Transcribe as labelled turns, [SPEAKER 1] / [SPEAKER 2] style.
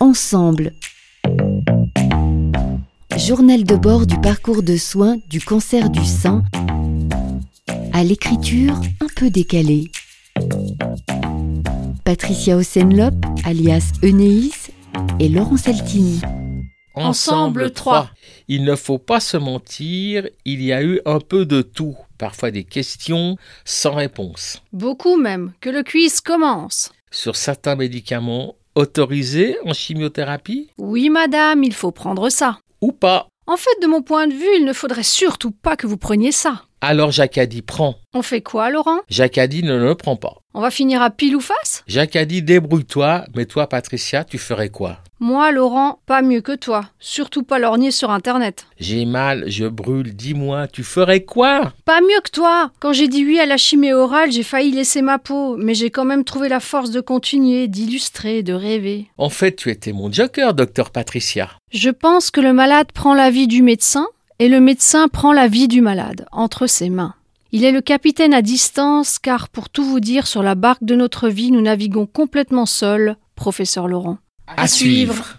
[SPEAKER 1] Ensemble. Journal de bord du parcours de soins du cancer du sein à l'écriture un peu décalée. Patricia Osenlop, alias Enéis, et Laurent Altini.
[SPEAKER 2] Ensemble trois.
[SPEAKER 3] Il ne faut pas se mentir, il y a eu un peu de tout, parfois des questions sans réponse.
[SPEAKER 2] Beaucoup même, que le quiz commence.
[SPEAKER 3] Sur certains médicaments autorisés en chimiothérapie
[SPEAKER 2] Oui, madame, il faut prendre ça.
[SPEAKER 3] ou pas.
[SPEAKER 2] En fait, de mon point de vue, il ne faudrait surtout pas que vous preniez ça.
[SPEAKER 3] Alors Jacadi prend.
[SPEAKER 2] On fait quoi, Laurent
[SPEAKER 3] Jacadi ne le prend pas.
[SPEAKER 2] On va finir à pile ou face
[SPEAKER 3] Jacadi débrouille-toi, mais toi Patricia, tu ferais quoi
[SPEAKER 2] Moi, Laurent, pas mieux que toi. Surtout pas lorgner sur Internet.
[SPEAKER 3] J'ai mal, je brûle, dis-moi, tu ferais quoi
[SPEAKER 2] Pas mieux que toi Quand j'ai dit oui à la chimie orale, j'ai failli laisser ma peau, mais j'ai quand même trouvé la force de continuer, d'illustrer, de rêver.
[SPEAKER 3] En fait, tu étais mon joker, docteur Patricia.
[SPEAKER 2] Je pense que le malade prend la vie du médecin et le médecin prend la vie du malade entre ses mains. Il est le capitaine à distance car pour tout vous dire sur la barque de notre vie nous naviguons complètement seuls, professeur Laurent.
[SPEAKER 3] À, suivre.